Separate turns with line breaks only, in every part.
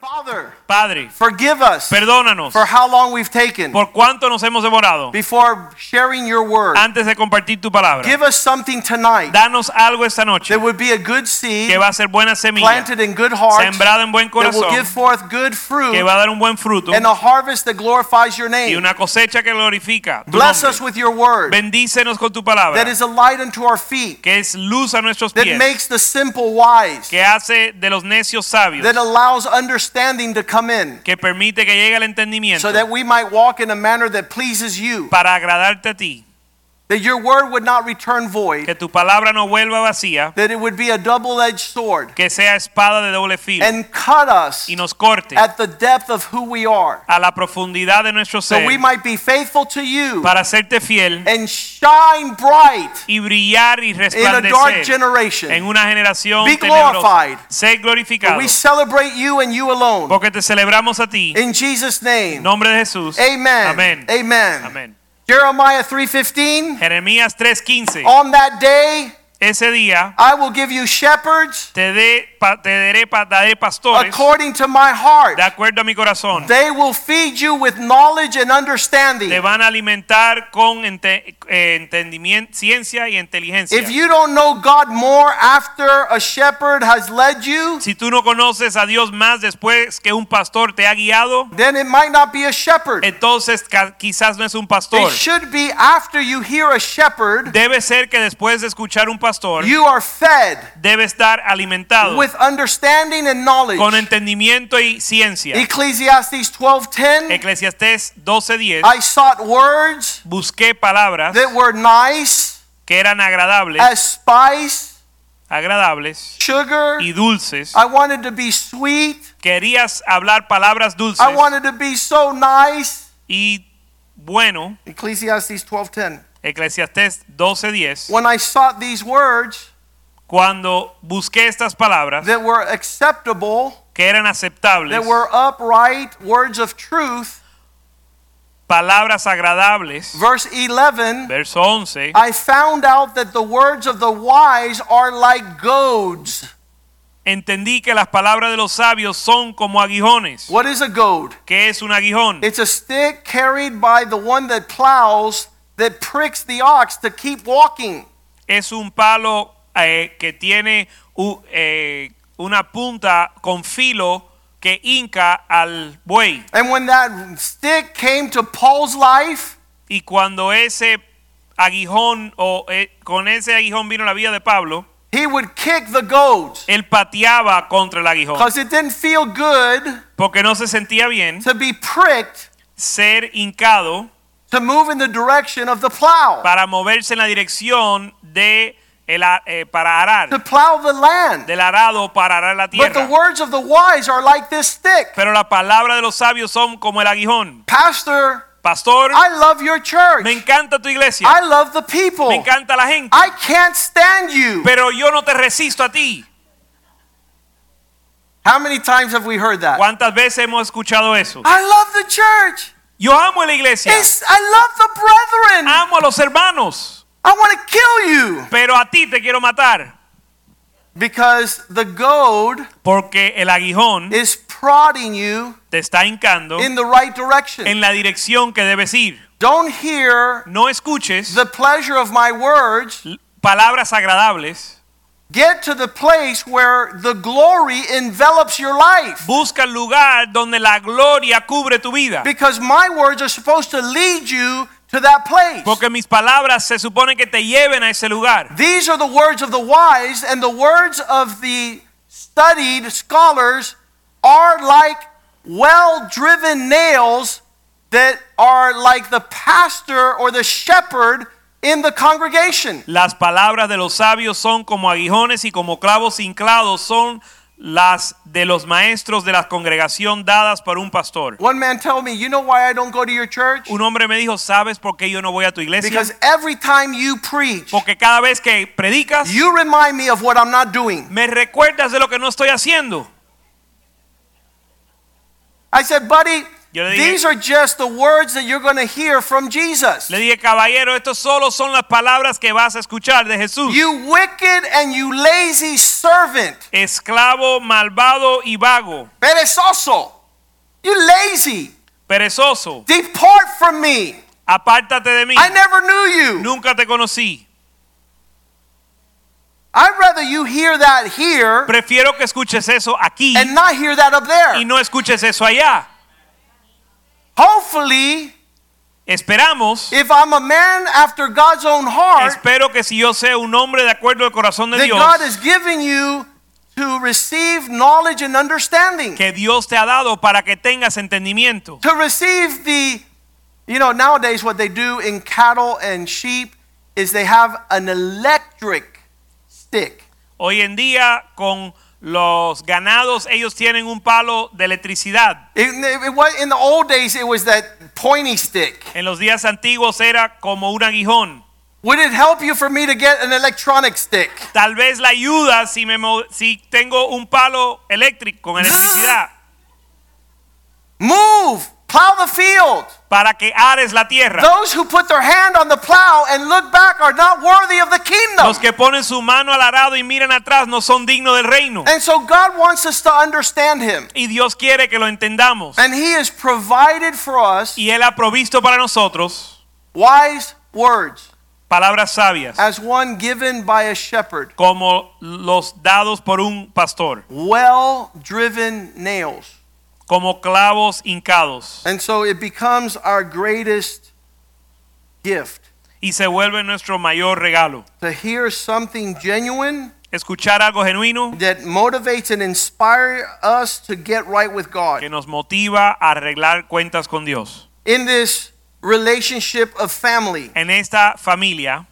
Father,
Padre,
forgive us
perdónanos
for how long we've taken
por cuánto nos hemos demorado
before sharing your word.
antes de compartir tu palabra.
Give us something tonight
Danos algo esta noche
that would be a good seed
que va a ser buena semilla,
planted in good hearts
sembrada en buen
that will
corazón,
give forth good
que
fruit
va a dar un buen fruto
and a harvest that glorifies your
y
name.
una cosecha que glorifica. tu
Bless
nombre.
us with your word
Bendícenos con tu palabra,
that is a light unto our feet,
que es luz a nuestros
that
pies,
makes the simple wise,
que hace de los necios sabios,
that allows understanding to come in,
que permite que llegue el entendimiento
so that we might walk in a manner that pleases you,
para agradarte a ti,
that your word would not return void,
que tu palabra no vuelva vacía,
that it would be a double edged sword.
que sea espada de doble filo
and cut us
y nos corte
at the depth of who we are
a la profundidad de nuestro
so
ser
we might be faithful to you
para serte fiel
and shine bright
y brillar y
in a
resplandecer
dark
en
generation
una generación
Be glorified.
tenebrosa. Sé glorificado
we celebrate you and you alone
porque te celebramos a ti
in Jesus
en
name
nombre de Jesús.
amen
Amén.
amen
Amén.
Jeremiah 3:15
Jeremías 3:15.
on that day
Ese día
I will give you shepherds
te, dé pa- te daré, pa- daré pastores
according to my heart
de acuerdo a mi corazón.
they will feed you with knowledge and understanding
Te van a alimentar con ente- eh, entendimiento, ciencia y inteligencia.
if you don't know God more after a shepherd has led you
si tú no conoces a Dios más después que un pastor te ha guiado,
then it might not be a shepherd.
entonces ca- quizás no es un pastor.
It should be after you hear a shepherd,
Debe ser que después de escuchar un pastor,
you are fed
debe estar alimentado
with understanding
con
and knowledge.
entendimiento y ciencia.
Ecclesiastes 12:10
Eclesiastés 12:10.
I sought words
Busqué palabras
that were nice
que eran agradables,
as spice,
agradables
sugar.
y dulces.
I wanted to be sweet.
Querías hablar palabras dulces
I wanted to be so nice.
y bueno.
Ecclesiastes 12:10
Eclesiastés 12:10.
When I sought these words
Cuando busqué estas palabras
that were acceptable,
que eran aceptables,
that were upright, words of truth,
palabras agradables,
verse 11
verso 11,
I found out that the words of the wise are like goads.
entendí que las palabras de los sabios son como aguijones.
What is a goad?
¿Qué es un aguijón?
It's a stick carried by the one that plows that pricks the ox to keep walking.
es un palo eh, que tiene u- eh, una punta con filo que hinca al buey.
And when that stick came to Paul's life,
Y cuando ese aguijón o eh, con ese aguijón vino la vida de Pablo,
he would kick the goads
él pateaba contra el aguijón
because it didn't feel good
porque no se sentía bien
to be pricked
ser hincado
to move in the direction of the plow,
para moverse en la dirección de el a- eh, para
to
arar
plow the land.
del arado para arar la
But the
tierra.
words of the wise are like this stick.
Pero la palabra de los sabios son como el aguijón.
Pastor,
Pastor,
I love your church.
me encanta tu iglesia.
I love the people.
Me encanta la gente,
I can't stand you.
pero yo no te resisto a ti.
How many times have we heard that?
¿Cuántas veces hemos escuchado eso?
I love the church.
Yo amo la iglesia,
It's, I love the brethren.
amo a los hermanos,
I want to kill you.
pero a ti te quiero matar
Because the goad
porque el aguijón
is prodding you
te está hincando
in the right direction.
en la dirección que debes ir.
Don't hear
No escuches
the pleasure of my words.
l- palabras agradables.
Get to the place where the glory envelops your life.
Busca el lugar donde la gloria cubre tu vida.
Because my words are supposed to lead you to that place.
Porque mis palabras se supone que te lleven a ese lugar.
These are the words of the wise, and the words of the studied scholars are like well driven nails that are like the pastor or the shepherd in the congregation.
Las palabras de los sabios son como aguijones y como clavos hinclados son las de los maestros de la congregación dadas por un pastor.
One man told me, You know why I don't go to your church?
Un hombre me dijo, ¿sabes por qué yo no voy a tu iglesia?
Because every time you preach,
Porque cada vez que predicas,
you remind me of what I'm not doing.
me recuerdas de lo que no estoy haciendo.
I said, Buddy,
Yo le dije-
these are just the words that you're going to hear from Jesus.
Le dije, caballero, estos solo son las palabras que vas a escuchar de Jesús.
You wicked and you lazy servant,
Esclavo, malvado y vago,
perezoso, you lazy,
perezoso,
depart from me.
apártate de mí.
I never knew you.
Nunca te conocí.
I'd rather you hear that here
Prefiero que escuches eso aquí
and not hear that up
y
there.
no escuches eso allá.
Hopefully,
Esperamos,
if I'm a man after God's own heart,
espero que si yo sea un hombre de acuerdo al corazón de
that
Dios,
God is giving you to receive knowledge and understanding,
que Dios te ha dado para que tengas entendimiento.
to receive the, you know, nowadays what they do in cattle and sheep is they have an electric stick.
Hoy en día con los ganados ellos tienen un palo de electricidad.
In the, it wa- in the old days, it was that pointy stick.
En los días antiguos era como un aguijón.
Would it help you for me to get an electronic stick?
Tal vez la ayuda si, me mo- si tengo un palo eléctrico con electricidad
Move, plow the field.
para que ares la tierra.
Those who put their hand on the plow and look back are not worthy of the kingdom.
Los que ponen su mano al arado y miran atrás no son dignos del reino.
And so God wants us to understand Him.
Y Dios quiere que lo entendamos.
And He has provided for us
Y Él ha provisto para nosotros
wise words
palabras sabias,
as one given by a shepherd,
como los dados por un pastor,
well driven nails.
como clavos hincados.
And so it becomes our greatest gift
Y se vuelve nuestro mayor regalo.
to hear something genuine
Escuchar algo genuino
that motivates and inspires us to get right with God.
que nos motiva a arreglar cuentas con Dios.
in this relationship of family
En esta familia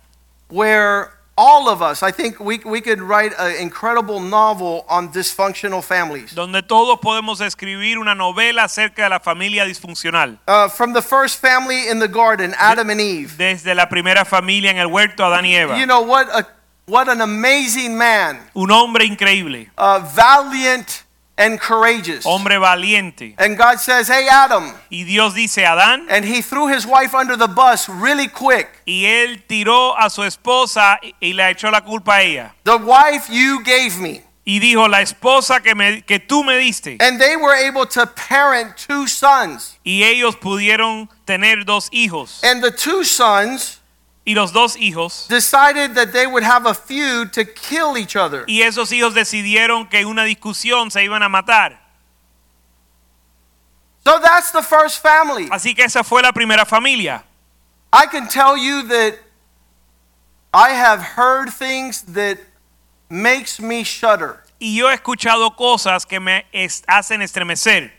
where all of us, I think we, we could write an incredible novel on dysfunctional families.
donde todos podemos escribir una novela acerca de la familia disfuncional.
Uh, from the first family in the garden, Adam and Eve.
Desde la primera familia en el huerto, Adán y Eva.
You know, what, a, what an amazing man,
Un hombre increíble,
uh, valiant and courageous.
hombre valiente.
And God says, Hey, Adam.
Y Dios dice, Adán,
And he threw his wife under the bus really quick.
y él tiró a su esposa y- y le echó la culpa a ella.
The wife you gave me.
Y dijo, la esposa que, me- que tú me diste.
And they were able to parent two sons.
Y ellos pudieron tener dos hijos.
And the two sons
Y los dos hijos,
decided that they would have a feud to kill each other.
y esos hijos decidieron que en una discusión se iban a matar.
So that's the first family.
Así que esa fue la primera familia.
I can tell you that I have heard things that makes me shudder.
Y yo he escuchado cosas que me es- hacen estremecer.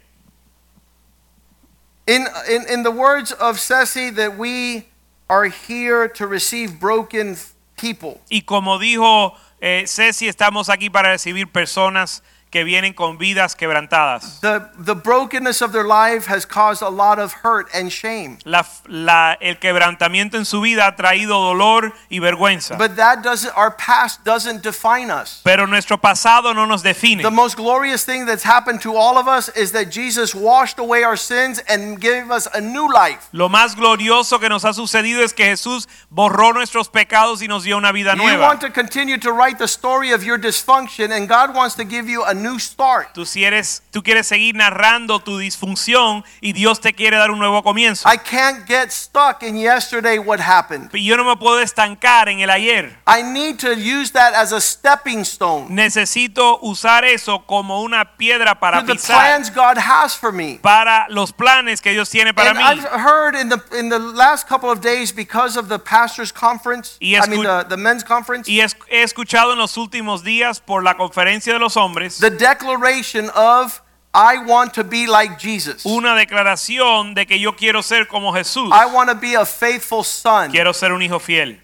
In, in, in the words of Ceci, that we are here to receive broken people.
Y como dijo eh, Ceci, estamos aquí para recibir personas que vienen con vidas quebrantadas.
The, the brokenness of their life has caused a lot of hurt and shame.
La f- la- el quebrantamiento en su vida ha traído dolor y vergüenza.
But that doesn't, our past doesn't define us.
Pero nuestro pasado no nos define.
The most glorious thing that's happened to all of us is that Jesus washed away our sins and gave us a new life.
Lo más glorioso que nos ha sucedido es que Jesús borró nuestros pecados y nos dio una vida
You
nueva.
want to continue to write the story of your dysfunction, and God wants to give you a new start.
Tú, si eres, tú quieres seguir narrando tu disfunción y Dios te quiere dar un nuevo comienzo.
I can't get stuck in yesterday what happened.
Y Yo no me puedo estancar en el ayer.
I need to use that as a stepping stone
Necesito usar eso como una piedra
to
para
the
pisar
plans God has for me.
para los planes que Dios tiene para
And I've
mí.
heard in the in the last couple of days because of the pastors' conference,
Y
I mean the,
escu-
the men's conference,
Y es- he escuchado en los últimos días por la conferencia de los hombres
the declaration of I want to be like Jesus.
una declaración de que yo quiero ser como Jesús.
I want to be a faithful son.
Quiero ser un hijo fiel.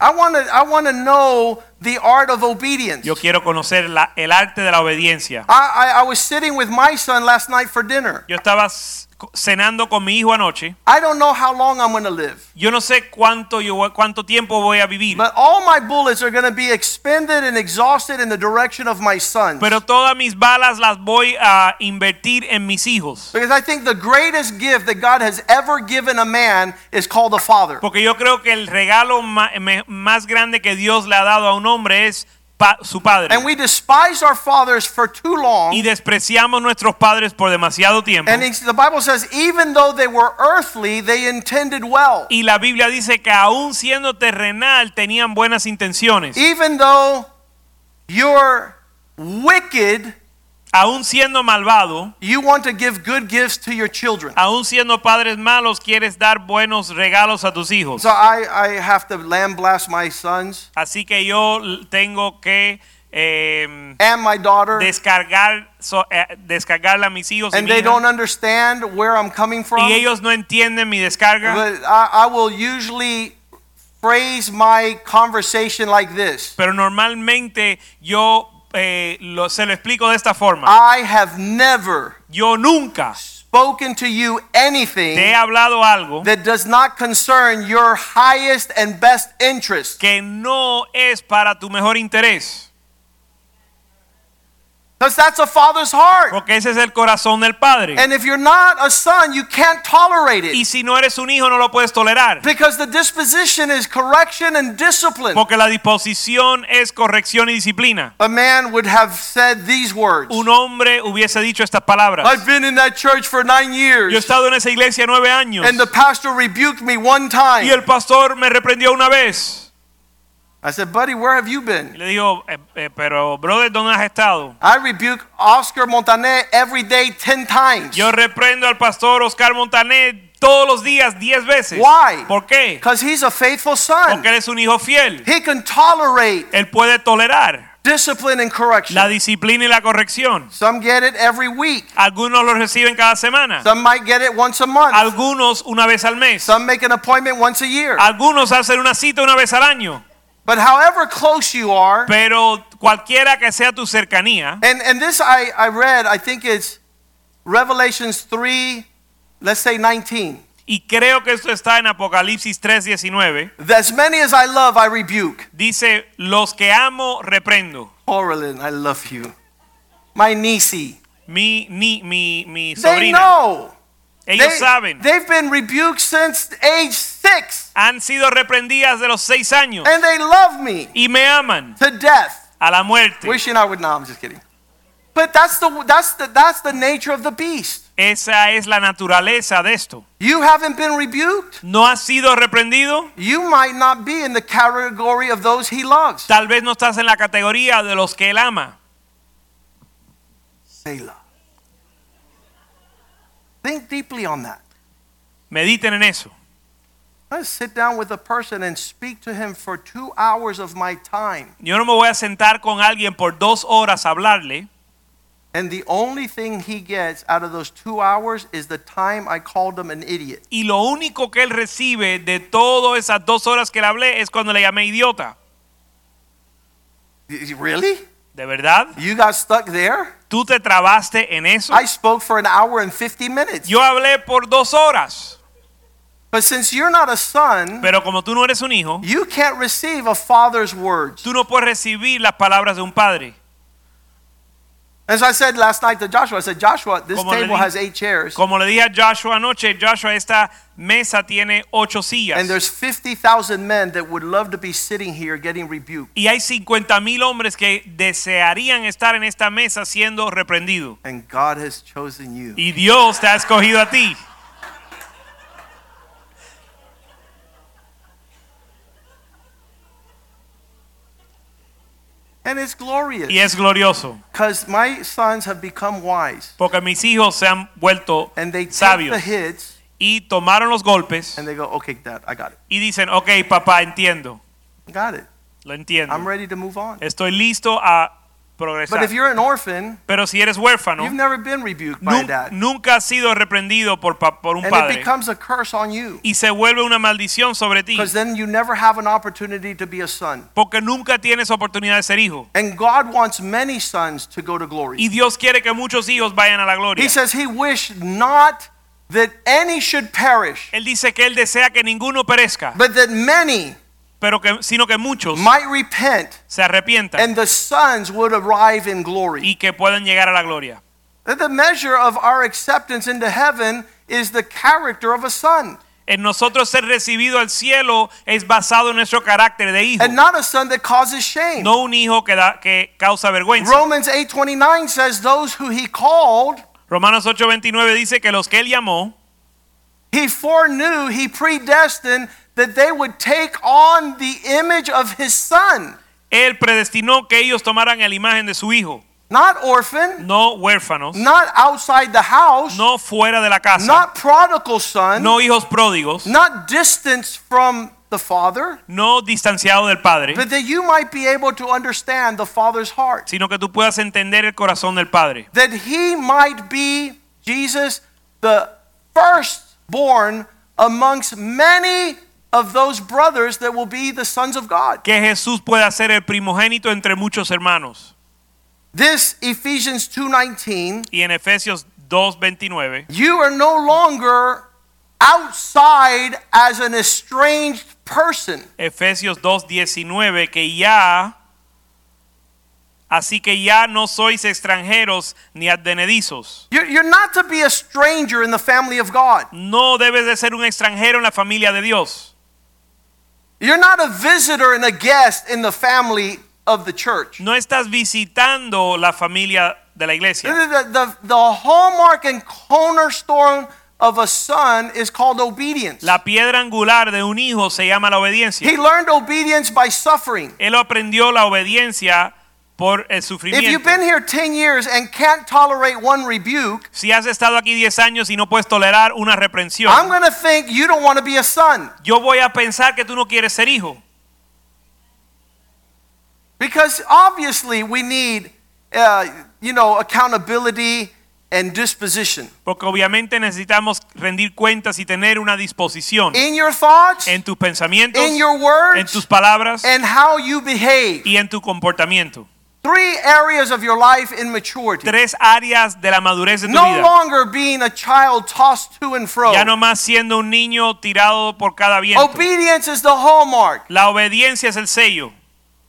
I want to I want to know the art of obedience.
Yo quiero conocer la- el arte de la obediencia.
I, I, I was sitting with my son last night for dinner.
Yo estaba c- cenando con mi hijo anoche.
I don't know how long I'm going to live,
Yo no sé cuánto, yo, voy- cuánto tiempo voy a vivir,
but all my bullets are going to be expended and exhausted in the direction of my sons.
pero todas mis balas las voy a invertir en mis hijos.
because I think the greatest gift that God has ever given a man is called a father.
Porque yo creo que el regalo ma- me- más grande que Dios le ha dado a un hombre es pa- su padre.
And we despised our fathers for too long.
Y despreciamos nuestros padres por demasiado tiempo.
And it's- the Bible says, even though they were earthly, they intended well.
Y la Biblia dice que aún siendo terrenal tenían buenas intenciones.
Even though you're wicked,
Aún siendo malvado,
you want to give good gifts to your children.
aún siendo padres malos, quieres dar buenos regalos a tus hijos.
So I, I have to lamb blast my sons
Así que yo l- tengo que eh,
and my daughter,
descargar so- eh, descargarla a mis hijos. y
and
mi
they
hija.
don't understand where I'm coming from.
y ellos no entienden mi descarga.
But I, I will usually phrase my conversation like this
Pero normalmente yo eh, lo- se lo explico de esta forma.
I have never
Yo nunca
spoken to you anything.
te he hablado algo
that does not concern your highest and best interest.
que no es para tu mejor interés.
Because that's a father's heart.
Porque ese es el corazón del padre.
And if you're not a son, you can't tolerate
Y
it.
si no eres un hijo, no lo puedes tolerar.
Because the disposition is correction and discipline.
Porque la disposición es corrección y disciplina.
A man would have said these words
Un hombre hubiese dicho estas palabras.
I've been in that church for nine
Yo he
years,
estado en esa iglesia nueve años.
and the pastor rebuked me one
Y el
time.
pastor me reprendió una vez.
I said, Buddy, where have you
Y
been?
le digo, "Eh, eh, pero brother, ¿dónde has estado?
I rebuke Oscar Montaner every day 10 times.
Yo reprendo al pastor Oscar Montanet todos los días, diez veces.
Why?
¿Por qué?
Because he's a faithful son.
Porque él es un hijo fiel.
He can tolerate
Él puede tolerar
discipline and correction.
la disciplina y la corrección.
Some get it every week.
Algunos lo reciben cada semana.
Some might get it once a month.
Algunos una vez al mes.
Some make an appointment once a year.
Algunos hacen una cita una vez al año.
But however close you are,
Pero cualquiera que sea tu cercanía,
and, and this I, I read, I think it's Revelations 3, let's say 19.
y creo que esto está en Apocalipsis 3:19,
As many as I love, I rebuke.
dice, los que amo, reprendo.
Oralyn, I love you. My niecey.
Mi, ni, mi, mi
They
sobrina.
know.
Ellos
They-
saben.
They've been rebuked since age six,
Han sido reprendidas de los seis años
and they love me
y me aman
to death.
a la muerte.
Wishing I would. No, I'm just kidding. But that's the that's the that's the nature of the beast.
Esa es la naturaleza de esto.
You haven't been rebuked.
¿No has sido reprendido?
You might not be in the category of those he loves.
Tal vez no estás en la categoría de los que él ama.
Selah. Think deeply on that.
Mediten en eso.
I sit down with a person and speak to him for two hours of my time,
Yo no me voy a sentar con alguien por dos horas a hablarle
and the only thing he gets out of those two hours is the time I called him an idiot.
y lo único que él recibe de todas esas dos horas que le hablé es cuando le llamé idiota.
Y- Really?
¿De verdad?
You got stuck there?
¿Tú te trabaste en eso?
I spoke for an hour and 50 minutes.
Yo hablé por dos horas,
But since you're not a son,
pero como tú no eres un hijo,
you can't receive a father's words.
tú no puedes recibir las palabras de un padre.
As I said last night to Joshua, I said, Joshua, this
Como le
table
di-
has eight chairs,
Como le dije a Joshua anoche, Joshua, esta mesa tiene ocho sillas
and there's 50,000 men that would love to be sitting here getting rebuked.
y hay 50 mil hombres que desearían estar en esta mesa siendo reprendido.
And God has chosen you.
Y Dios te ha escogido a ti.
And it's
Y
glorious
es glorioso,
because my sons have become wise,
porque mis hijos se han vuelto
and they take
sabios
the hits
y tomaron los golpes
and they go, okay, Dad, I got it.
y dicen, ok papá, entiendo,
Got it.
lo
I'm
entiendo.
ready to move on.
Estoy listo a
But
progresar.
if you're an orphan,
Pero si eres huérfano,
you've never been rebuked by
nun-
that.
nunca has sido reprendido por, pa- por un
And it
padre
becomes a curse on you
y se vuelve una maldición sobre ti
because then you never have an opportunity to be a son.
porque nunca tienes oportunidad de ser hijo.
And God wants many sons to go to glory.
Y Dios quiere que muchos hijos vayan a la gloria.
He says he wished not that any should perish,
Él dice que él desea que ninguno perezca,
but that many
pero que, sino que muchos
might repent
se arrepientan
and the sons would arrive in glory.
y que puedan llegar a la gloria.
That the measure of our acceptance into heaven is the character of a son,
En nosotros ser recibido al cielo es basado en nuestro carácter de hijo,
and not a son that causes shame.
no un hijo que, da- que causa vergüenza.
Romans 8:29 says those who he called,
Romanos 8:29 dice que los que él llamó,
he foreknew, he predestined that they would take on the image of his son,
él predestinó que ellos tomaran la imagen de su hijo,
not orphan,
no huérfanos,
not outside the house,
no fuera de la casa,
not prodigal son,
no hijos pródigos,
not distanced from the father,
no distanciados del Padre,
but that you might be able to understand the father's heart.
sino que tú puedas entender el corazón del Padre.
that he might be Jesus the firstborn amongst many of those brothers that will be the sons of God.
que Jesús pueda ser el primogénito entre muchos hermanos.
This Ephesians 2:19,
Y en Efesios 2:29,
you are no longer outside as an estranged person.
Efesios 2:19, que ya, así que ya no sois extranjeros ni advenedizos.
You're, you're not to be a stranger in the family of God.
No debes de ser un extranjero en la familia de Dios.
You're not a visitor and a guest in the family of the church.
No estás visitando la familia de la iglesia.
The, the, the, the hallmark and cornerstone of a son is called obedience.
La piedra angular de un hijo se llama la
He
obediencia.
learned obedience by suffering.
Él aprendió la obediencia por el
If you've
sufrimiento.
been here 10 years and can't tolerate one rebuke,
Si has estado aquí 10 años y no puedes tolerar una reprensión,
I'm going to think you don't want to be a son
yo voy a pensar que tú no quieres ser hijo.
because obviously we need, uh, you know, accountability and disposition.
Porque obviamente necesitamos rendir cuentas y tener una disposición
In your thoughts,
en tus pensamientos,
in your
en
words,
tus palabras
and how you behave.
y en tu comportamiento.
Three areas of your life in maturity.
Tres áreas de la madurez de tu
No
vida.
longer being a child tossed to and fro.
Ya no más siendo un niño tirado por cada viento.
Oh, Obedience is the hallmark.
La obediencia es el sello.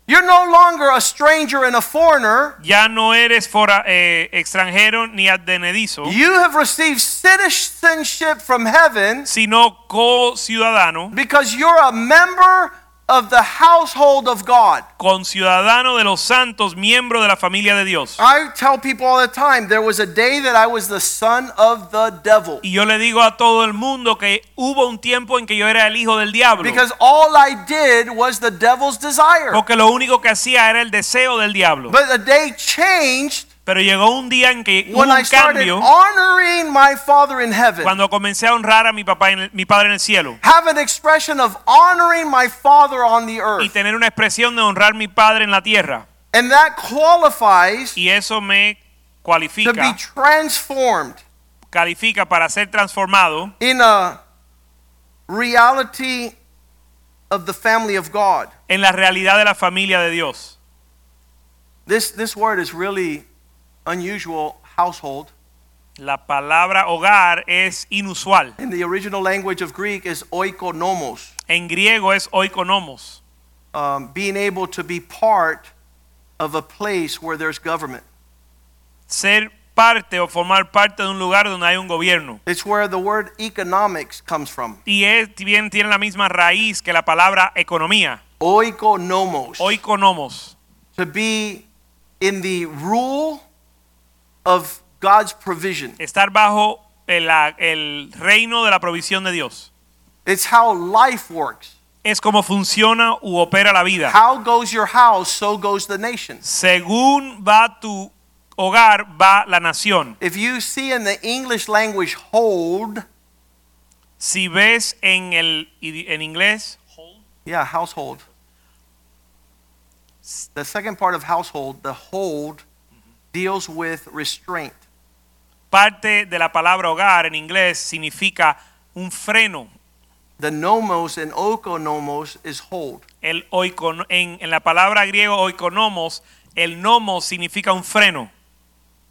You're no longer a stranger and a foreigner.
Ya no eres fora- eh, extranjero ni advenedizo,
You have received citizenship from heaven
sino co-ciudadano,
because you're a member of the household of God.
conciudadano de los santos, miembro de la familia de Dios.
I tell people all the time there was a day that I was the son of the devil
Y yo le digo a todo el mundo que hubo un tiempo en que yo era el hijo del diablo.
because all I did was the devil's desire.
Porque lo único que hacía era el deseo del diablo.
But the day changed
Pero llegó un día en que hubo
when I
un
started
cambio
honoring my father in heaven.
cuando comencé a honrar a mi papá, en el- mi padre en el cielo.
have an expression of honoring my father on the
Y
earth.
tener una expresión de honrar a mi padre en la tierra.
And that qualifies
Y eso me
to be
cualifica,
transformed
califica para ser transformado
in a reality of the family of God.
en la realidad de la familia de Dios.
This, this word is really unusual household.
La palabra hogar es inusual.
In the original language of Greek is oikonomos,
En griego es oikonomos,
um, being able to be part of a place where there's government.
ser parte o formar parte de un lugar donde hay un gobierno.
It's where the word economics comes from.
Y es, bien, tiene la misma raíz que la palabra economía,
Oikonomos.
oikonomos,
to be in the rule of God's provision.
estar bajo el, la- el reino de la provisión de Dios.
It's how life works.
Es como funciona u opera la vida.
How goes your house, so goes the nation.
Según va tu hogar, va la nación.
If you see in the English language hold,
Si ves en el idi- en inglés
yeah, household. The second part of household, the hold, deals with restraint.
Parte de la palabra hogar en inglés significa un freno.
The nomos and oikonomos is hold.
El oikon- en, en la palabra griego oikonomos, el nomos significa un freno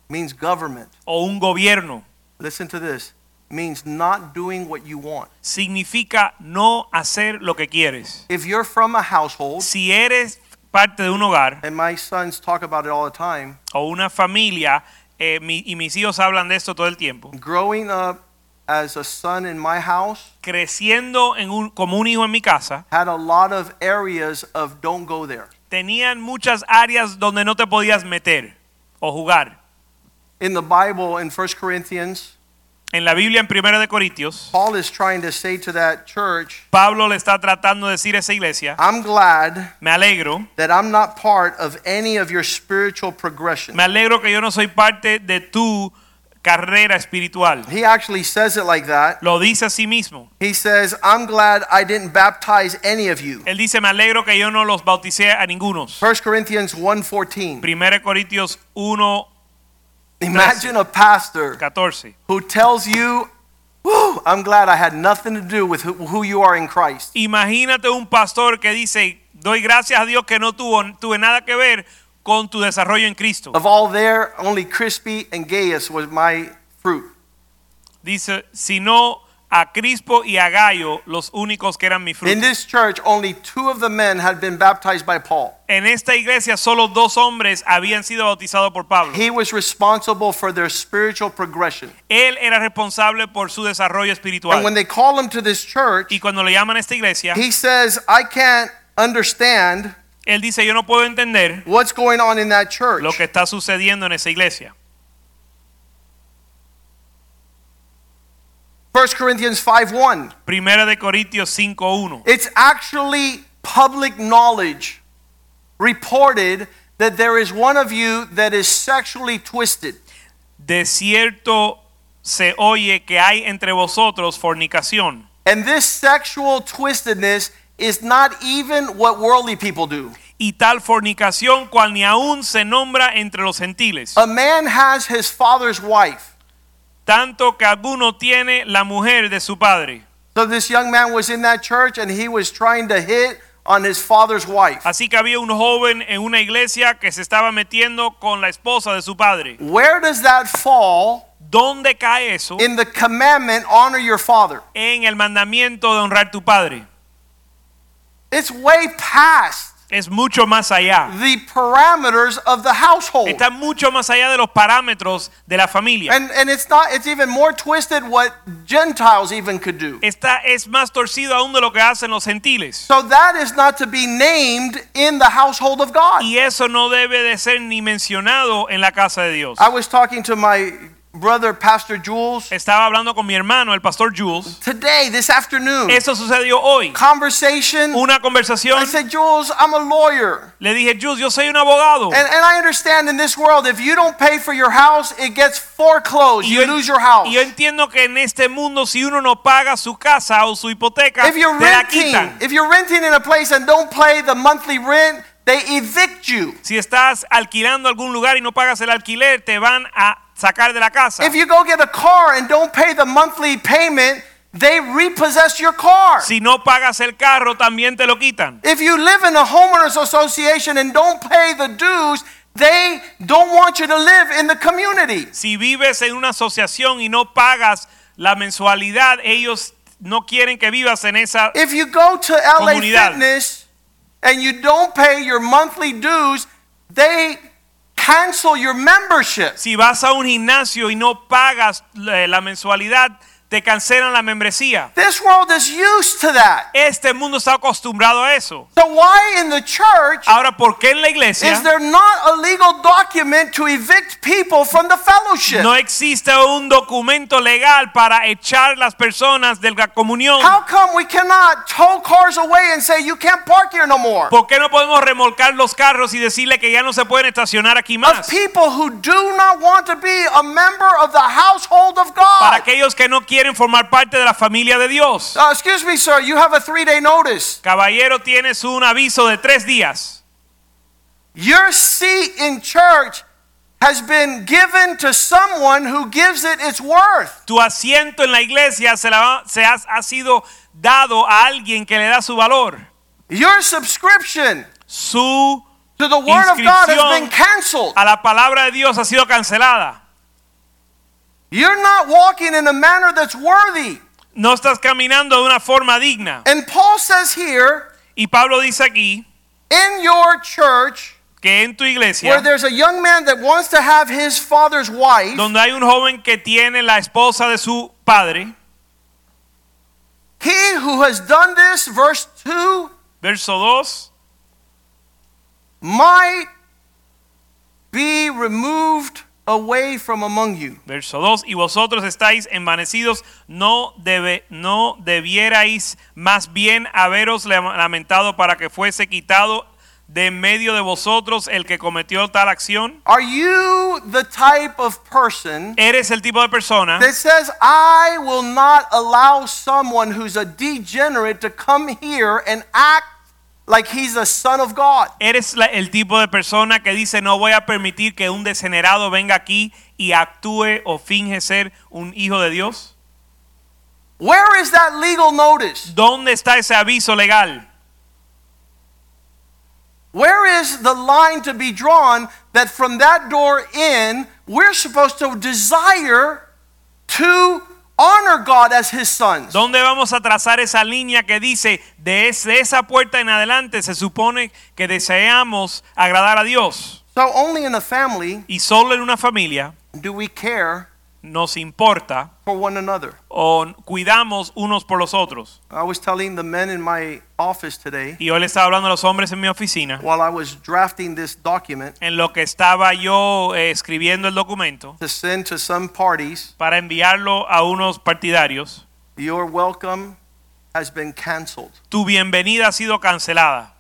means government.
o un gobierno.
Listen to this. Means not doing what you want.
Significa no hacer lo que quieres.
If you're from a household,
Si eres parte de un hogar
and my sons talk about it all the time,
o una familia, eh, mi- y mis hijos hablan de esto todo el tiempo,
growing up as a son in my house
creciendo en un, como un hijo en mi casa,
had a lot of areas of don't go there.
tenían muchas áreas donde no te podías meter o jugar.
In the Bible, in 1 Corinthians,
En la Biblia en 1 de Corintios,
Paul is trying to say to that church,
Pablo le está tratando de decir a esa iglesia,
I'm glad
me alegro,
that I'm not part of any of your spiritual progression.
me alegro que yo no soy parte de tu carrera espiritual.
He actually says it like that.
Lo dice a sí mismo.
He says, I'm glad I didn't baptize any of you.
Él dice, me alegro que yo no los bauticé a ningunos.
1 Corinthians 1:14.
1 Corintios 1,
Imagine a pastor
14.
who tells you, "Whew, I'm glad I had nothing to do with who, who you are in Christ."
Imagínate un pastor que dice, doy gracias a Dios que no tuvo, tuve nada que ver con tu desarrollo en Cristo.
Of all there, only Crispy and Gaius was my fruit.
Dice, sino a Crispo y a Gallo, los únicos que eran mi fruto.
In this church, only two of the men had been baptized by Paul.
En esta iglesia solo dos hombres habían sido bautizados por Pablo.
He was responsible for their spiritual progression.
Él era responsable por su desarrollo
And when
espiritual.
they call him to this church,
Y cuando le llaman a esta iglesia,
he says, "I can't understand
él dice, yo no puedo entender
what's going on in that church."
lo que está sucediendo en esa iglesia.
1 Corinthians 5:1.
Primera de Corintios 5.1.
It's actually public knowledge reported that there is one of you that is sexually twisted.
De cierto se oye que hay entre vosotros fornicación.
And this sexual twistedness is not even what worldly people do.
Y tal fornicación cual ni aún se nombra entre los gentiles.
A man has his father's wife.
Tanto que alguno tiene la mujer de su padre.
So this young man was in that church and he was trying to hit on his father's wife.
Así que había un joven en una iglesia que se estaba metiendo con la esposa de su padre.
Where does that fall
¿Dónde cae eso?
in the commandment honor your father?
En el mandamiento de honrar tu padre.
It's way past
Es mucho más allá.
the parameters of the household.
Está mucho más allá de los parámetros de la familia.
And and it's not it's even more twisted what Gentiles even could do.
Esta es más torcido aún de lo que hacen los gentiles.
So that is not to be named in the household of God.
Y eso no debe de ser ni mencionado en la casa de Dios.
I was talking to my brother Pastor Jules
Estaba hablando con mi hermano, el pastor Jules.
today this afternoon.
Eso sucedió hoy.
Conversation.
Una
I
conversación.
said, "Jules, I'm a lawyer."
Le dije, Jules, yo soy un abogado.
And, and I understand in this world, if you don't pay for your house, it gets foreclosed.
Y yo,
You lose your house.
y yo entiendo que en este mundo si uno no paga su casa o su hipoteca,
If you're
te la quitan.
renting, if you're renting in a place and don't pay the monthly rent, they evict you.
Si estás alquilando algún lugar y no pagas el alquiler, te van a sacar de la casa.
If you go get a car and don't pay the monthly payment, they repossess your car.
Si no pagas el carro, también te lo quitan.
If you live in a homeowners association and don't pay the dues, they don't want you to live in the community.
Si vives en una asociación y no pagas la mensualidad, ellos no quieren que vivas en esa.
If you go to LA
Comunidad.
Fitness and you don't pay your monthly dues, they cancel your membership.
Si vas a un gimnasio y no pagas eh, la mensualidad, te cancelan la membresía.
This world is used to that.
Este mundo está acostumbrado a eso.
So why in the church
Ahora, ¿por qué en la iglesia?
is there not a legal document to evict people from the fellowship?
No existe un documento legal para echar las personas de la comunión.
How come we cannot tow cars away and say you can't park here no more?
¿Por qué no podemos remolcar los carros y decirle que ya no se pueden estacionar aquí
Of
más?
people who do not want to be a member of the household of
Para
God.
aquellos que no quieren formar parte de la familia de Dios.
Uh, excuse me, sir, you have a three day notice.
Caballero, tienes un aviso de tres días.
Your seat in church has been given to someone who gives it its worth.
Tu asiento en la iglesia se, la va- se ha, ha sido dado a alguien que le da su valor.
Your subscription
Su
to the Word of God has
Inscripción.
been canceled.
a la palabra de Dios ha sido cancelada.
You're not walking in a manner that's worthy.
No estás caminando de una forma digna.
And Paul says here,
Y Pablo dice aquí
in your church,
que en tu
where
iglesia,
there's a young man that wants to have his father's wife,
donde hay un joven que tiene la esposa de su padre,
he who has done this, verse 2,
verso 2,
might be removed away from among you.
verso 2, y vosotros estáis envanecidos, no, debe, no debierais más bien haberos lam- lamentado para que fuese quitado de en medio de vosotros el que cometió tal acción.
Are you the type of person
Eres el tipo de persona
that says, I will not allow someone who's a degenerate to come here and act like he's the son of God?
Eres la- el tipo de persona que dice no voy a permitir que un degenerado venga aquí y actúe o finge ser un hijo de Dios.
Where is that legal notice?
¿Dónde está ese aviso legal?
Where is the line to be drawn that from that door in, we're supposed to desire to honor God as his sons?
¿Dónde vamos a trazar esa línea que dice de es- de esa puerta en adelante se supone que deseamos agradar a Dios?
So only in the family
Y solo en una familia
do we care
nos importa
for one another.
o cuidamos unos por los otros.
I was telling the men in my office today
Y hoy le estaba hablando a los hombres en mi oficina
while I was drafting this document
en lo que estaba yo eh, escribiendo el documento.
to send to some parties,
para enviarlo a unos partidarios,
your welcome has been canceled.
tu bienvenida ha sido cancelada.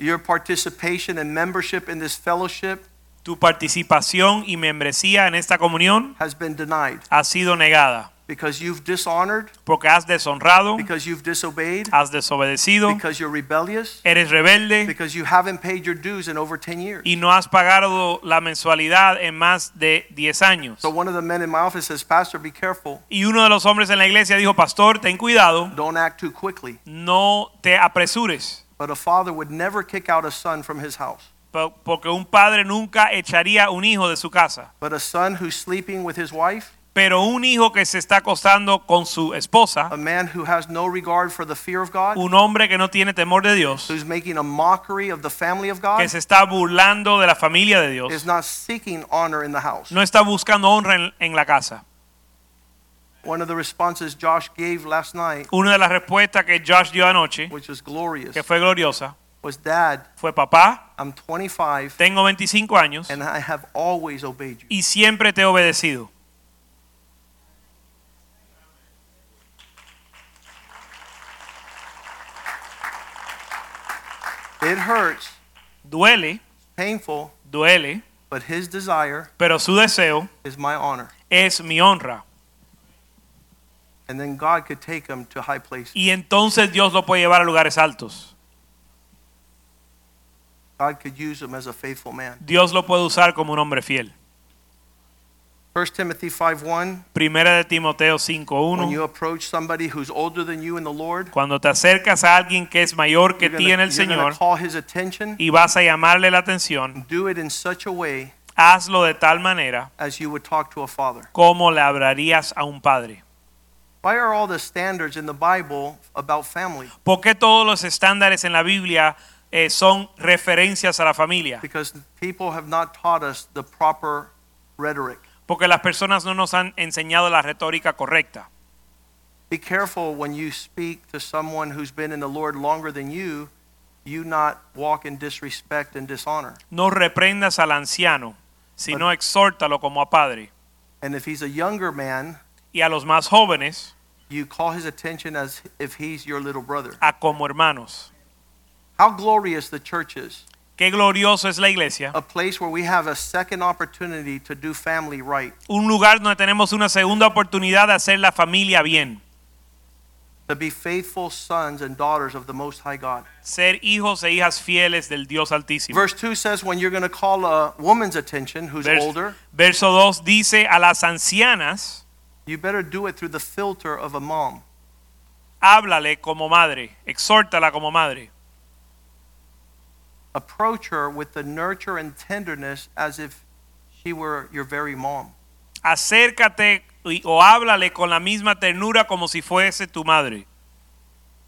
Your participation and membership in this fellowship
Tu participación y membresía en esta comunión
has been denied
ha sido negada
because you've dishonored,
porque has deshonrado,
because you've disobeyed,
has desobedecido,
because you're rebellious,
eres rebelde
because you haven't paid your dues in over 10 years.
y no has pagado la mensualidad en más de 10 años.
So one of the men in my office says, Pastor, be careful.
Y uno de los hombres en la iglesia dijo, pastor, ten cuidado,
Don't act too quickly.
no te apresures,
But a father would never kick out a son from his house.
po- porque un padre nunca echaría un hijo de su casa.
But a son who's sleeping with his wife,
Pero un hijo que se está acostando con su esposa
a man who has no regard for the fear of God,
un hombre que no tiene temor de Dios,
who's making a mockery of the family of
que
God,
se está burlando de la familia de Dios,
is not seeking honor in the house.
no está buscando honra en, en la casa.
One of the responses Josh gave last night,
Una de las respuestas que Josh dio anoche,
which was glorious,
que fue gloriosa,
was Dad,
fue papá,
I'm 25
tengo 25 años
and I have always obeyed you.
y siempre te he obedecido.
It hurts,
Duele,
painful,
duele,
but his desire
pero su deseo
is my honor.
es mi honra.
And then God could take him to high places.
Y entonces Dios lo puede llevar a lugares altos.
God could use him as a faithful man.
Dios lo puede usar como un hombre fiel.
1 Timothy 5:1
Primera de Timoteo
When you
5.1
approach somebody who's older than you in the Lord,
Cuando te acercas a alguien que es mayor que
you're
ti en
going
el
to
Señor
call his attention.
y vas a llamarle la atención,
Do it in such a way
hazlo de tal manera
as you would talk to a father.
como le hablarías a un padre.
Why are all the standards in the Bible about family?
¿Por qué todos los estándares en la Biblia eh, son referencias a la familia?
Because people have not taught us the proper rhetoric.
Porque las personas no nos han enseñado la retórica correcta.
Be careful when you speak to someone who's been in the Lord longer than you, you not walk in disrespect and dishonor.
No reprendas al anciano, sino exhórtalo como a padre.
And if he's a younger man,
Y a los más jóvenes,
you call his attention as if he's your little brother.
a como hermanos.
How glorious the church is.
Qué glorioso es la iglesia,
A place where we have a second opportunity to do family right.
un lugar donde tenemos una segunda oportunidad de hacer la familia bien.
to be faithful sons and daughters of the Most High God.
ser hijos e hijas fieles del Dios Altísimo.
Verse 2 says, when you're going to call a woman's attention who's
Vers-
older,
verso 2 dice a las ancianas,
you better do it through the filter of a mom.
háblale como madre, exhórtala como madre.
Approach her with the nurture and tenderness as if she were your very mom.
Acércate y- o háblale con la misma ternura como si fuese tu madre.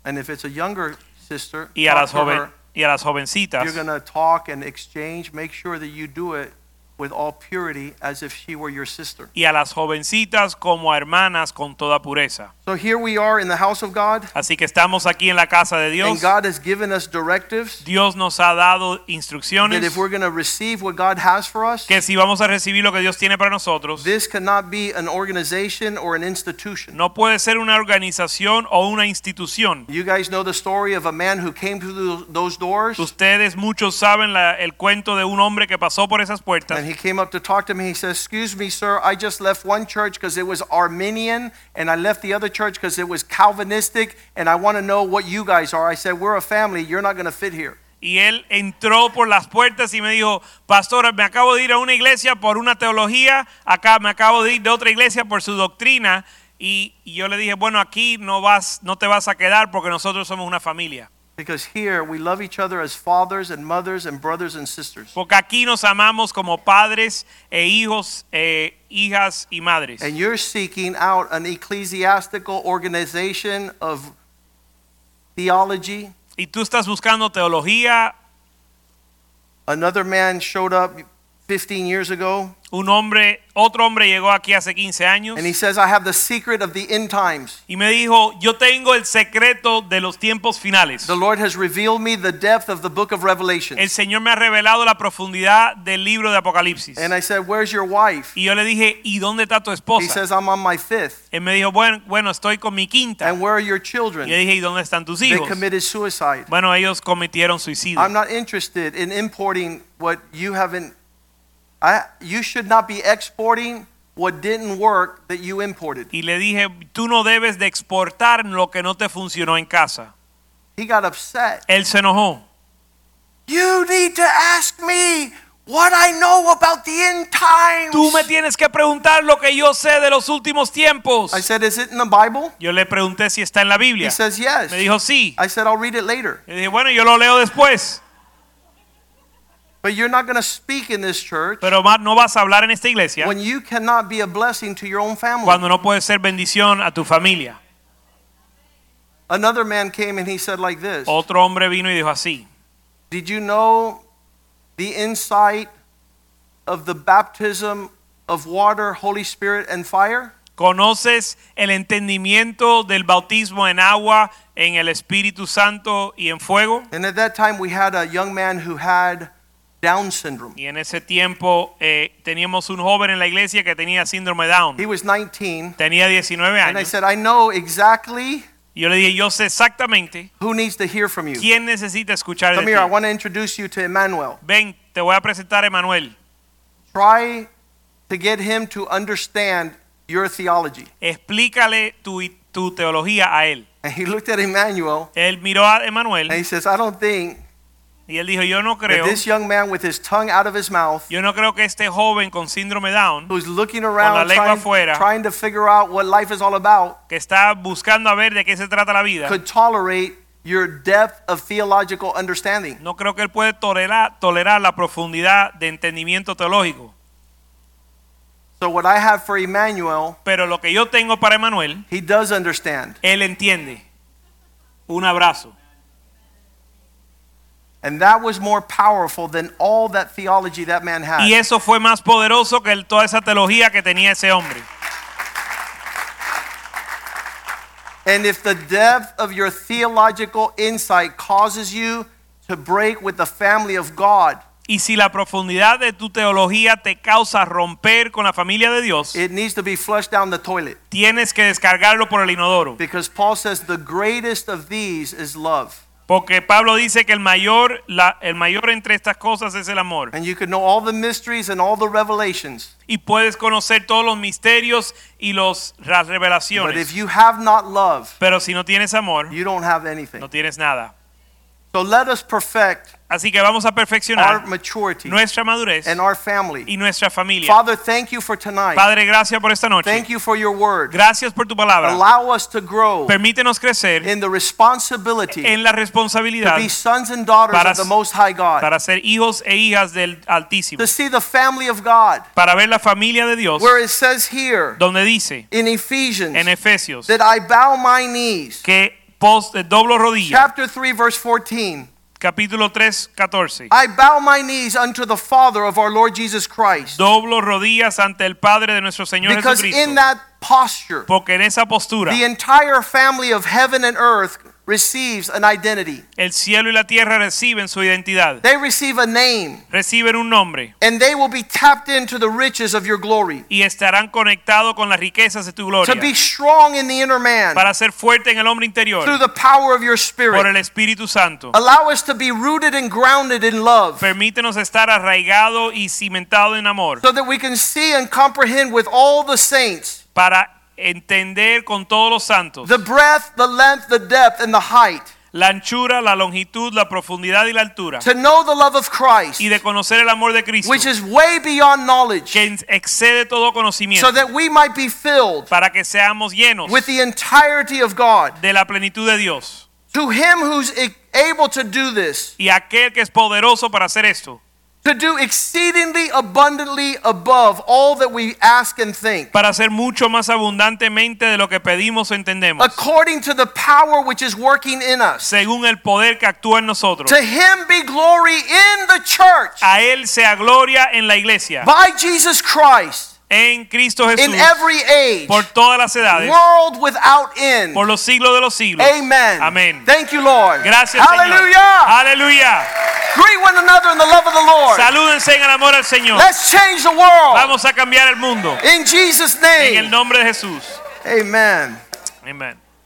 And if it's a younger sister,
Y a
talk
las,
to
joven-
her.
y a las
you're
jovencitas,
going to talk and exchange, make sure that you do it with all purity as if she were your sister.
y a las jovencitas como a hermanas con toda pureza.
So here we are in the house of God,
Así que estamos aquí en la casa de
and
Dios.
God has given us directives
Dios nos ha dado
that
instrucciones
if we're going to receive what God has for us,
que si vamos a recibir lo que Dios tiene para nosotros,
this cannot be an organization or an institution.
no puede ser una organización o una institución.
You guys know the story of a man who came through tho- those doors,
Ustedes muchos saben la- el cuento de un hombre que pasó por esas puertas
and he came up to talk to me. He says, "Excuse me, sir, I just left one church because it was Arminian, and I left the other church because it was Calvinistic, and I want to know what you guys are." I said, "We're a family. You're not going to fit here."
y él entró por las puertas y me dijo, pastor, me acabo de ir a una iglesia por una teología, acá me acabo de ir de otra iglesia por su doctrina y, y yo le dije, bueno, aquí no vas, no te vas a quedar porque nosotros somos una familia,
Because here we love each other as fathers and mothers and brothers and sisters.
porque aquí nos amamos como padres e hijos, eh, hijas y madres.
And you're seeking out an ecclesiastical organization of theology.
Y tú estás buscando teología.
Another man showed up 15 years ago
Un hombre, otro hombre llegó aquí hace 15 años
and he says, I have the secret of the end times.
y me dijo, yo tengo el secreto de los tiempos finales.
The Lord has revealed me the depth of the book of Revelation.
El Señor me ha revelado la profundidad del libro de Apocalipsis.
And I said, Where's your wife?
Y yo le dije, ¿y dónde está tu
He
esposa?
says, I'm on my fifth.
Él me dijo, bueno, bueno, estoy con mi quinta.
And where are your
Y le
children?
dije, ¿y dónde están tus
They
hijos?
committed suicide.
Bueno, ellos cometieron suicidio.
I'm not interested in importing what you haven't. I, you should not be exporting what didn't work that you imported.
Y le dije, tú no debes de exportar lo que no te funcionó en casa.
He got upset.
Él se enojó.
You need to ask me what I know about the end times.
Tú me tienes que preguntar lo que yo sé de los últimos tiempos.
I said, Is it in the Bible?
Yo le pregunté si está en la
He
Biblia.
says, Yes.
Me dijo, sí.
I said, I'll read it later.
Le dije, bueno, yo lo leo después.
But you're not going to speak in this church
Pero ma- no vas a hablar en esta iglesia
when you cannot be a blessing to your own family.
cuando no puedes ser bendición a tu familia.
Another man came and he said, like this
Otro hombre vino y dijo así.
Did you know the insight of the baptism of water, Holy Spirit, and fire?
¿Conoces el entendimiento del bautismo en agua, en el Espíritu Santo y en fuego?
And at that time, we had a young man who had Down syndrome.
Y en ese tiempo eh, teníamos un joven en la iglesia que tenía síndrome
He
Down.
was 19.
Tenía 19
And I
años.
said, I know exactly
Y yo le dije, yo sé exactamente
who needs to hear from you.
quién necesita escuchar de
Come here, I
ti.
want to introduce you to Emmanuel.
Ven, te voy a presentar a Emanuel.
Try to get him to understand your theology.
explícale tu, tu teología a él.
And he looked at Emmanuel
Él miró a
and
Emanuel
he says, I don't think
y él dijo, yo no
that
creo,
this young man with his tongue out of his mouth
yo no creo que este joven con síndrome Down,
who's looking around
lengua
trying,
afuera.
trying to figure out what life is all about
que está buscando a ver de qué se trata la vida,
could tolerate your depth of theological understanding.
no creo que él puede tolerar, tolerar la profundidad de entendimiento teológico.
So what I have for Emmanuel,
Pero lo que yo tengo para Emanuel,
he does understand.
él entiende. Un abrazo.
And that was more powerful than all that theology that man had.
Y eso fue más poderoso que el- toda esa teología que tenía ese hombre.
And if the depth of your theological insight causes you to break with the family of God,
Y si la profundidad de tu teología te causa romper con la familia de Dios,
it needs to be flushed down the toilet.
tienes que descargarlo por el inodoro.
Because Paul says the greatest of these is love.
Porque Pablo dice que el mayor, la- el mayor entre estas cosas es el amor.
And you can know all the mysteries and all the revelations.
Y puedes conocer todos los misterios y los, las
But if
revelaciones.
you have not love,
Pero si no tienes amor,
you don't have anything.
no tienes nada.
So let us perfect
Así que vamos a
our
perfeccionar
maturity
nuestra madurez
and our
y
family.
nuestra familia.
Father, thank you for tonight.
Padre, gracias por esta noche.
Thank you for your word.
Gracias por tu palabra.
Allow us to grow
Permítenos crecer
in the responsibility
en la
to
responsabilidad
be sons and daughters
Para-
of the Most High God,
para ser hijos e hijas del Altísimo,
to see the family of God,
para ver la familia de Dios,
where it says here
donde dice
in Ephesians
en Efesios
that I bow my knees.
que post doblo rodilla,
Chapter 3, verse 14.
capítulo 3, 14.
I bow my knees unto the Father of our Lord Jesus Christ.
Doblo rodillas ante el Padre de nuestro Señor
Because in
Jesucristo,
that posture,
porque en esa postura
the entire family of heaven and earth receives an identity.
el cielo y la tierra reciben su identidad,
They receive a name,
reciben un nombre
and they will be tapped into the riches of your glory.
y estarán conectados con las riquezas de tu gloria
To be strong in the inner man
para ser fuerte en el hombre interior
through the power of your
por el
spirit.
Espíritu Santo.
Allow us to be rooted and grounded in love
Permítenos estar arraigado y cimentado en amor
so that we can see and comprehend with all the saints
para entender con todos los santos
the breadth, the length, the depth, and the height.
la anchura, la longitud, la profundidad y la altura
To know the love of Christ,
y de conocer el amor de Cristo
which is way beyond knowledge,
que en- excede todo conocimiento
so that we might be filled
para que seamos llenos
with the entirety of God.
de la plenitud de Dios.
To him who's e- able to do this,
Y aquel que es poderoso para hacer esto,
to do exceedingly abundantly above all that we ask and think,
para hacer mucho más abundantemente de lo que pedimos o entendemos,
according to the power which is working in us.
según el poder que actúa en nosotros.
To him be glory in the church
A Él sea gloria en la iglesia,
by Jesus Christ
en Cristo Jesús,
in every age,
por todas las edades,
world without end.
por los siglos de los siglos.
Amen.
Amén.
Thank you, Lord.
Gracias, Señor.
Hallelujah.
Aleluya.
Greet one another in the love of the Lord.
Salúdense en el amor al Señor.
Let's change the world
Vamos a cambiar el mundo
in Jesus'
en el
name.
nombre de Jesús.
Amen.
Amén.